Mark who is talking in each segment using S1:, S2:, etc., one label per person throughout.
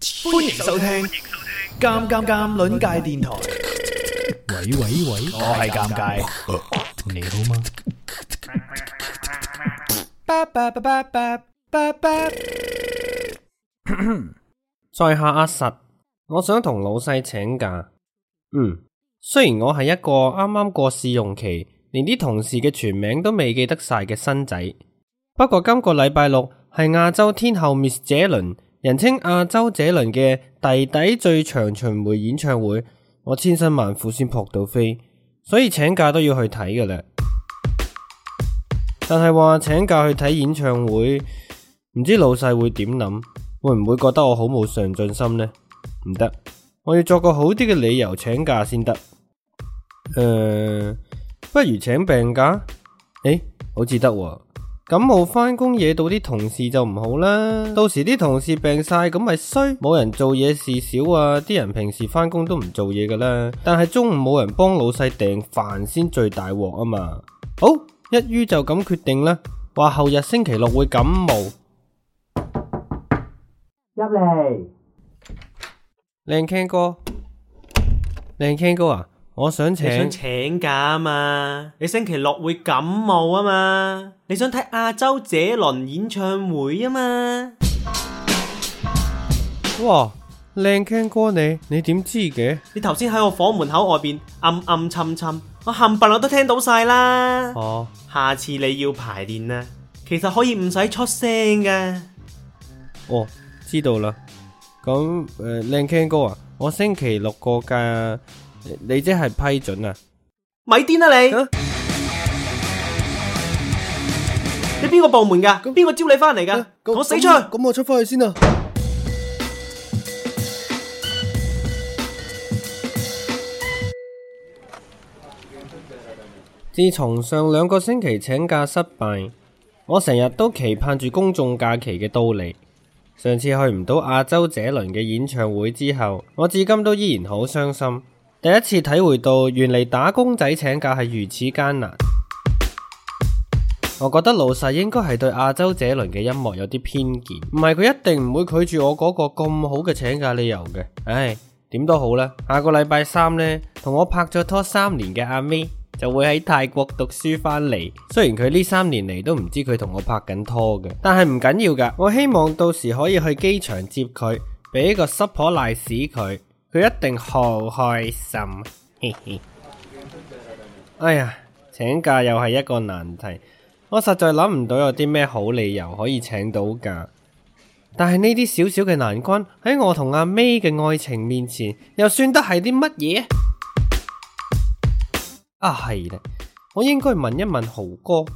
S1: 歡迎收聽《尷尷尷》鄰界電台。
S2: 喂喂喂，
S1: 我係尷尬，
S2: 你好嗎？
S1: 巴巴巴巴巴巴巴。
S3: 在下阿實，我想同老細請假。嗯，雖然我係一個啱啱過試用期，連啲同事嘅全名都未記得晒嘅新仔，不過今個禮拜六係亞洲天后 Miss 謝倫，人稱亞洲謝倫嘅弟弟最長巡迴演唱會，我千辛萬苦先撲到飛，所以請假都要去睇㗎喇。但係話請假去睇演唱會，唔知老細會點諗？會唔會覺得我好冇上進心呢？唔得，我要作個好啲嘅理由請假先得。呃誒、不如請病假？誒、好似得喎。感冒返工惹到啲同事就唔好啦，到時啲同事病晒咁咪衰，冇人做嘢事少啊！啲人平時返工都唔做嘢噶啦，但係中午冇人幫老細訂飯先最大鑊啊嘛。好，一於就咁決定啦，話後日星期六會感冒。
S4: 入嚟，
S3: 靚 Ken 哥，靚 Ken 哥啊，我想請
S5: 你想請假啊嘛？你星期六會感冒啊嘛？你想睇亞洲這輪演唱會啊嘛？
S3: 哇，靚 Ken 哥你你點知嘅？
S5: 你頭先喺我房門口外邊暗暗沉沉，我冚唪唥都聽到晒啦。
S3: 哦，
S5: 下次你要排練啊，其實可以唔使出聲噶。
S3: 哦，知道啦。咁誒，靚 Ken 哥啊，我星期六個假，呃你即係批准啊？
S5: 咪癲啦你！
S3: 啊
S5: 你邊個部門㗎？邊個招你翻嚟㗎？同我死出去！
S3: 咁我出翻去先啊！自從上兩個星期請假失敗，我成日都期盼住公眾假期嘅到嚟。上次去唔到亞洲這輪嘅演唱會之後，我至今都依然好傷心。第一次體會到原嚟打工仔請假係如此艱難。我覺得老細應該係對亞洲這輪嘅音樂有啲偏見，唔係佢一定唔會拒絕我嗰個咁好嘅請假理由嘅。唉，點都好啦，下個禮拜三呢，同我拍咗拖三年嘅阿 May 就會喺泰國讀書返嚟。雖然佢呢三年嚟都唔知佢同我拍緊拖嘅，但係唔緊要㗎。我希望到時可以去機場接佢，俾一個濕婆賴屎佢，佢一定好開心。嘿嘿。哎呀，請假又係一個難題，我實在諗唔到有啲咩好理由可以請到假。但係呢啲小小嘅難關喺我同阿 May 嘅愛情面前，又算得係啲乜嘢？啊，係啦，我應該問一問豪哥。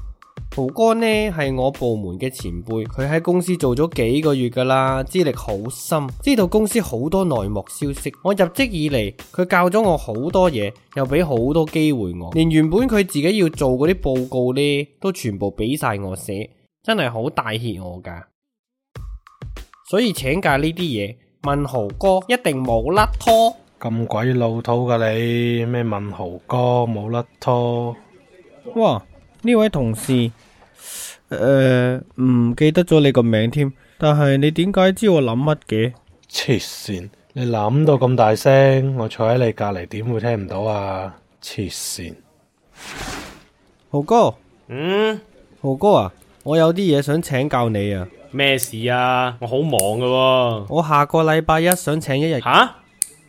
S3: 豪哥呢係我部門嘅前輩，佢喺公司做咗幾個月噶啦，資歷好深，知道公司好多內幕消息。我入職以嚟，佢教咗我好多嘢，又俾好多機會我，連原本佢自己要做嗰啲報告呢，都全部俾晒我寫，真係好帶挈我噶。所以請假呢啲嘢，問豪哥一定冇甩拖。
S6: 咁鬼老土噶你，咩問豪哥冇甩拖？
S3: 哇！呢位同事，誒、唔記得咗你個名添，但係你點解知我諗乜嘅？
S6: 黐線！你諗到咁大聲，我坐喺你隔離點會聽唔到啊？黐線！
S3: 豪哥，
S5: 嗯，
S3: 豪哥啊，我有啲嘢想請教你啊，
S5: 咩事啊？我好忙噶喎、
S3: 我下個禮拜一想請一日，
S5: 吓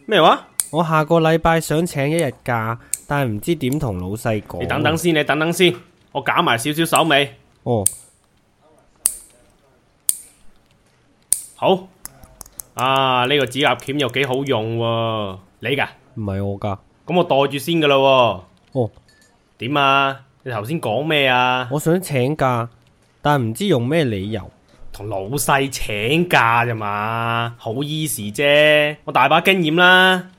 S5: 咩話？
S3: 我下個禮拜想請一日假，但係唔知點同老細講。
S5: 你等等先，你等等先，我搞埋少少手尾。
S3: 哦，
S5: 好啊，呢、個指甲鉗又幾好用喎、你噶，
S3: 唔係我噶，
S5: 咁我袋住先噶啦、喎。
S3: 哦，
S5: 點啊？你頭先講咩啊？
S3: 我想請假，但唔知用咩理由。
S5: 同老細請假咋嘛，好 easy 啫。我大把經驗啦，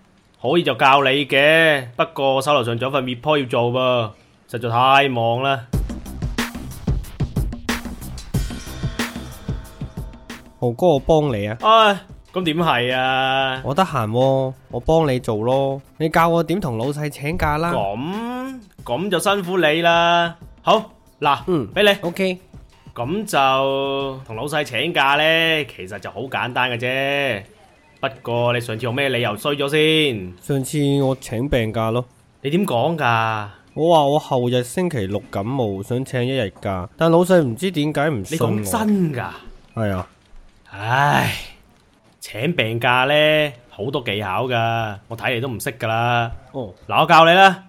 S5: 可以就教你嘅。不過手頭上仲有份 report 要做噃，實在太忙啦。
S3: 豪哥，我幫你啊，
S5: 唉，咁點係啊？
S3: 我得閒喎，我幫你做咯。你教我點同老細請假啦。
S5: 哦咁咁就辛苦你啦。好嗱，
S3: 嗯
S5: 俾你。
S3: OK，
S5: 咁就同老細請假呢，其實就好簡單嘅啫。不過你上次用咩理由衰咗先？
S3: 上次我請病假咯，
S5: 你點講㗎？
S3: 我話我後日星期六感冒，想請一日假，但老細唔知點解唔
S5: 你
S3: 信我。
S5: 講真㗎？
S3: 係啊，
S5: 唉，請病假呢，好多技巧㗎，我睇你都唔識㗎啦。
S3: 哦，
S5: 嗱，我教你啦。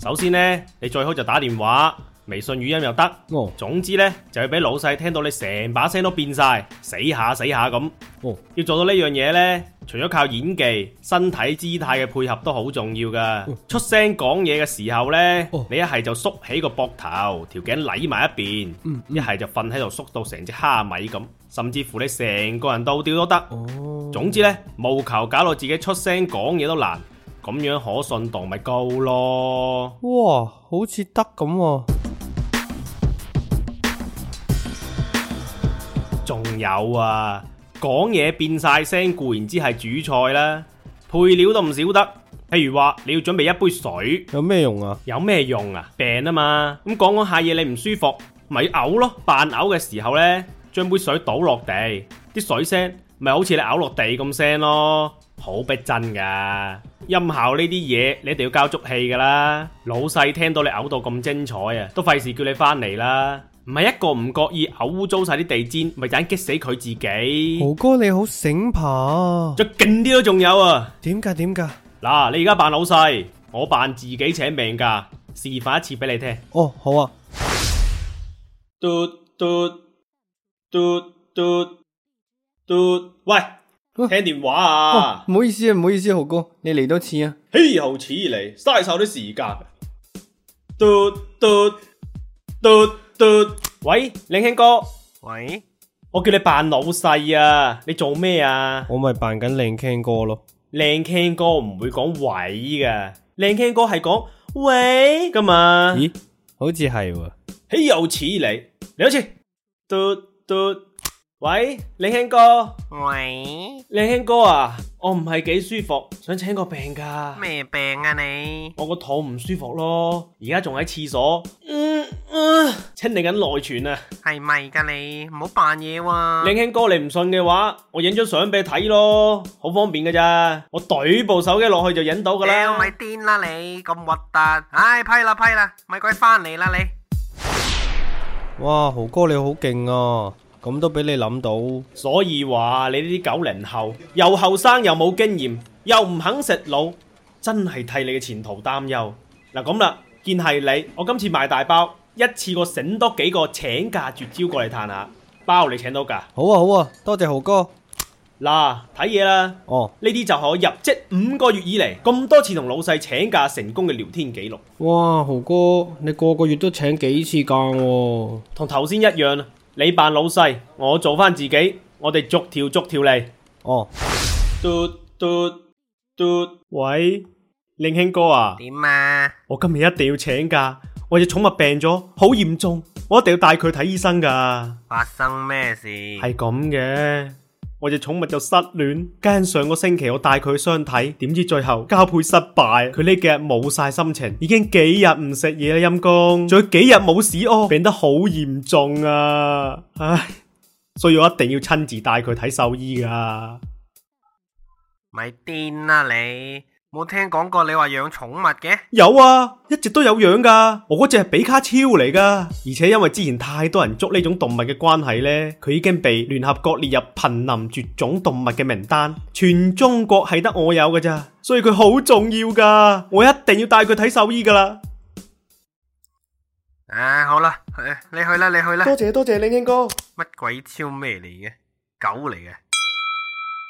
S5: 首先呢，你最好就打電話、微信語音又得。
S3: 哦，
S5: 總之呢，就要俾老細聽到你成把聲都變晒，死下死下咁。
S3: 哦，
S5: 要做到呢樣嘢呢，除咗靠演技、身體姿態嘅配合都好重要噶。出聲講嘢嘅時候呢，
S3: 嗯哦
S5: 你一係就縮起個膊頭，條頸攆埋一邊；
S3: 嗯
S5: 一係就瞓喺度縮到成隻蝦米咁，甚至乎你成個人倒吊都得。
S3: 哦，
S5: 總之呢，務求搞到自己出聲講嘢都難，咁樣可信度咪高咯。
S3: 哇，好似得咁喎。
S5: 仲有啊，講嘢變晒聲固然之係主菜啦，配料都唔少得。譬如話你要準備一杯水，
S3: 有咩用啊？
S5: 有咩用啊？病啊嘛，咁講講下嘢你唔舒服，咪嘔咯。扮嘔嘅時候呢，將杯水倒落地，啲水聲咪好似你嘔落地咁聲咯，好逼真噶。音效呢啲嘢你一定要交足氣噶啦，老細聽到你嘔到咁精彩啊，都費事叫你翻嚟啦。唔係一個唔覺意嘔污糟晒啲地氈，咪盞激死佢自己。
S3: 豪哥你好醒扒啊！
S5: 再勁啲都仲有啊！
S3: 點㗎點㗎？
S5: 嗱，你而家扮老細，我扮自己請病假，示範一次俾你聽。
S3: 哦，好啊。
S5: 嘟嘟嘟嘟嘟，喂，聽電話
S3: 哦
S5: 啊！
S3: 唔好意思啊，唔好意思，豪哥，你嚟多次啊。
S5: 豈有此理，嘥晒啲時間。嘟嘟嘟嘟，喂，靚兄哥，
S3: 喂，
S5: 我叫你扮老細啊，你做咩啊？
S3: 我咪扮緊靚 Ken 哥咯。
S5: 靚 Ken 哥唔會講喂噶，靚 Ken 哥係講喂噶嘛？
S3: 咦，好似係喎。
S5: 豈有此理！嚟多次，嘟嘟，喂，李興哥，
S4: 喂，
S5: 李興哥啊，我唔係幾舒服，想請個病假，
S4: 咩病啊你？
S5: 我個肚唔舒服咯，而家仲喺廁所，嗯嗯，清理緊內存啊！
S4: 係咪噶你？唔好扮嘢
S5: 李興
S4: 喎！
S5: 哥，你唔信嘅話，我影張相俾你睇咯，好方便噶咋，我懟部手機落去就影到噶
S4: 屌
S5: 啦。
S4: 咪癲啦你，咁核突！唉，批啦批啦，咪鬼翻嚟啦你！
S3: 哇，豪哥你好勁啊！咁都俾你諗到，
S5: 所以話你呢啲九零後又後生又冇經驗，又唔肯食腦，真係替你嘅前途擔憂。嗱咁啦，見係你，我今次賣大包，一次過醒多幾個請假絕招過嚟嘆下，包你請到㗎。
S3: 好啊好啊，多謝豪哥。
S5: 嗱，睇嘢啦，
S3: 哦，
S5: 呢啲就係我入職五個月以嚟咁多次同老細請假成功嘅聊天記錄，
S3: 哇，豪哥你個個月都請幾次假喎、
S5: 同頭先一樣，你扮老細，我做翻自己，我哋逐條逐條嚟。
S3: 哦，
S5: 嘟嘟嘟，喂，令兄哥啊，
S4: 點啊？
S5: 我今日一定要請假，我隻寵物病咗，好嚴重，我一定要帶佢睇醫生噶。
S4: 發生咩事？
S5: 係咁嘅，我隻寵物就失戀，跟上個星期我帶佢去相睇，點知最後交配失敗，佢呢幾日冇晒心情，已經幾日唔食嘢啦，陰公，仲有幾日冇屎屙，病得好嚴重啊，唉，所以我一定要親自帶佢睇獸醫噶。
S4: 咪癲啦你！冇聽講過你話養寵物嘅？
S5: 有啊，一直都有養噶。我嗰只係比卡超嚟噶，而且因為之前太多人捉呢種動物嘅關係呢，佢已經被聯合國列入瀕臨絕種動物嘅名單，全中國係得我有噶咋，所以佢好重要噶，我一定要帶佢睇獸醫噶啦。
S4: 唉，好啦，唉你去啦你去啦，
S5: 謝多謝，靚英哥。
S4: 乜鬼超咩嚟嘅？狗嚟嘅？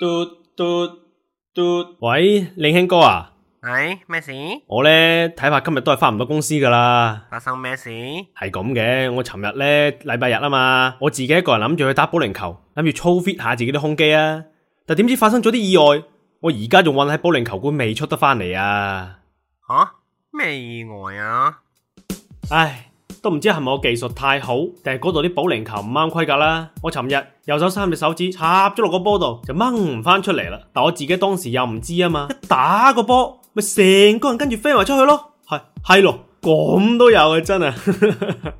S5: 嘟嘟嘟，喂，靚兄哥啊，
S4: 唉，咩事？
S5: 我呢睇怕今日都係翻唔到公司噶啦。
S4: 發生咩事？
S5: 係咁嘅，我尋日呢，禮拜日啊嘛，我自己一個人諗住去打保齡球，諗住操 fit 下自己啲胸肌啊。但點知發生咗啲意外，我而家仲困喺保齡球館未出得返嚟啊！
S4: 吓？咩意外啊？
S5: 唉，都唔知係咪我技術太好，定係嗰度啲保齡球唔啱規格啦。我尋日右手三隻手指插咗落個波度，就掹唔翻出嚟啦。但我自己當時又唔知啊嘛，一打個波，咪成個人跟住飛埋出去咯。係係咯， 咁都有嘅真係。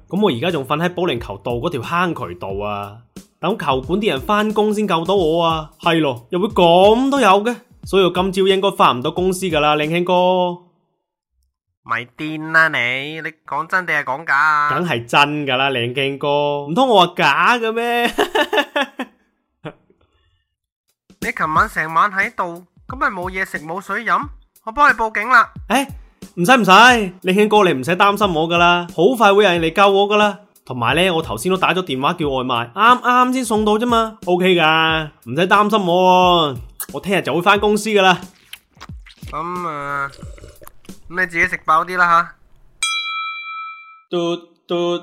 S5: 咁我而家仲瞓喺保齡球道嗰條坑渠度啊！等球館啲人翻工先救到我啊！係咯，又會咁都有嘅，所以我今朝應該翻唔到公司噶啦，靚兄哥。
S4: 咪癲啦你！你講真定係講假啊？
S5: 梗係真噶啦，靚鏡哥，唔通我話假嘅 咩？
S4: 你琴晚成晚喺度，咁咪冇嘢食冇水飲，我幫你報警啦。
S5: 誒，哎唔使唔使，靚鏡哥你唔使擔心我噶啦，好快會有人嚟救我噶啦。同埋呢，我頭先都打咗電話叫外賣，啱啱先送到啫嘛，OK 噶，唔使擔心我喎，我聽日就會翻公司噶啦。
S4: 咁啊，咁你自己食飽啲啦
S5: 嘟嘟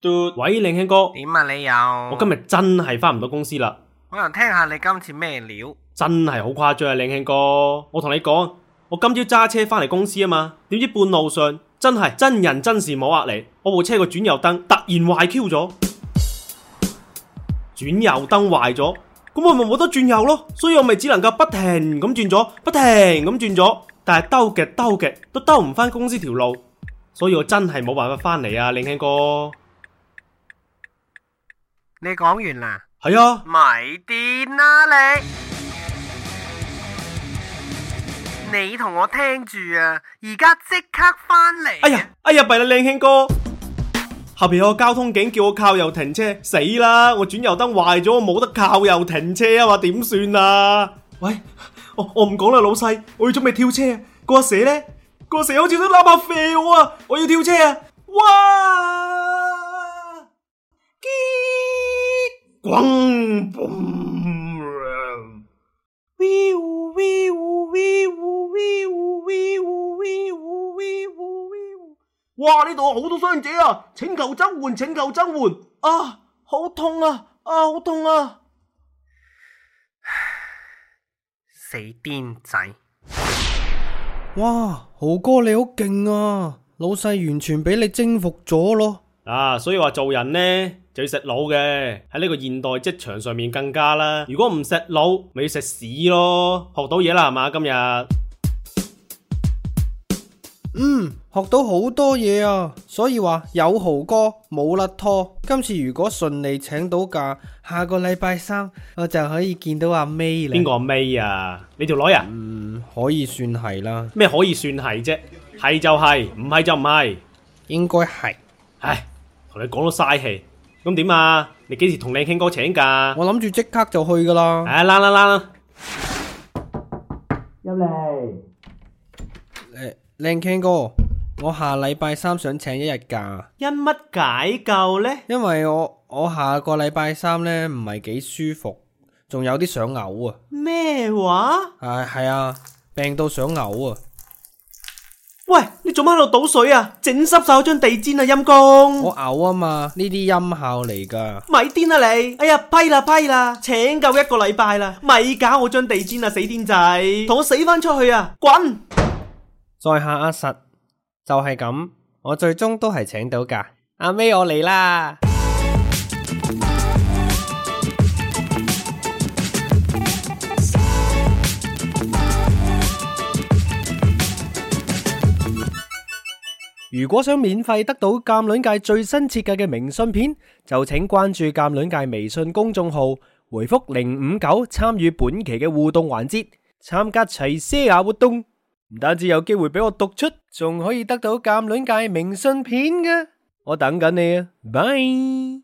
S5: 嘟，喂，靚兄哥
S4: 吓。，點啊你又？
S5: 我
S4: 我
S5: 今日真係翻唔到公司啦，
S4: 我又聽下你今次咩料？
S5: 真係好誇張啊，靚兄哥，我同你講，我今朝揸車翻嚟公司啊嘛，點知半路上真係真人真事冇呃你，我部車個轉右燈突然壞 Q 咗，轉右燈壞咗，咁我咪冇得轉右咯，所以我咪只能夠不停咁轉左，不停咁轉左，但係兜極兜極都兜唔翻公司條路，所以我真係冇辦法翻嚟啊，靚兄哥，
S4: 你講完啦？
S5: 係啊。
S4: 咪癲啦你！你同我聽住啊！而家即刻翻嚟！啊
S5: 哎呀，，哎呀，弊啦，靚兄哥，後邊有個交通警叫我靠右停車，死啦！我轉右燈壞咗，我冇得靠右停車啊嘛，點算啊？喂，我我唔講啦，老細，我要準備跳車啊！個阿蛇咧，個阿蛇好似都攬下啡我啊！我要跳車啊！哇！嘰咣嘣！威武威武威武威武威武威武威武威武！哇！呢度好多傷者啊！請求增援，請求增援！啊，好痛啊！啊，好痛啊！
S4: 死癲仔！
S3: 哇，豪哥你好勁啊！老细完全俾你征服咗咯。
S5: 啊，所以話做人呢，就要食腦嘅，喺呢個現代職場上面更加啦。如果唔食腦，咪要食屎咯！學到嘢啦，係嘛？今日。
S3: 嗯，學到好多嘢啊！所以話有豪哥冇甩拖。今次如果順利請到假，下個禮拜三我就可以見到阿 May 啦。
S5: 邊個阿 May 啊？你條女啊？
S3: 嗯，可以算係啦，
S5: 咩可以算係啫？係就係，唔係就唔係。
S3: 應該係。
S5: 唉，同你講都嘥氣。咁點啊？你幾時同靚兄哥請假？
S3: 我諗住即刻就去噶啦。
S5: 唉，啦啦啦啦！
S3: 诶、靚 Ken 哥，我下禮拜三想請一日假，
S5: 因乜解救呢？
S3: 因為我我下個禮拜三呢唔係幾舒服，仲有啲想嘔啊！
S5: 咩話？
S3: 啊，係啊，病到想嘔啊！
S5: 喂，你做乜喺度倒水啊？整濕晒我張地氈啊！陰公，
S3: 我嘔啊嘛，呢啲音效嚟噶。
S5: 咪癲啦你！哎呀，批啦批啦，請夠一個禮拜啦，咪搞我張地氈啊！死癲仔，同我死翻出去啊！滾！
S3: 在下阿實就係咁，我最終都係請到假。阿 May 我嚟啦！如果想免費得到鑑論界最新設計嘅明信片，就請關注鑑論界微信公眾號，回覆零五九參與本期嘅互動環節，參加齊些牙活動。唔單止有機會俾我讀出，仲可以得到鑑論界明信片嘅。我等緊你啊，拜。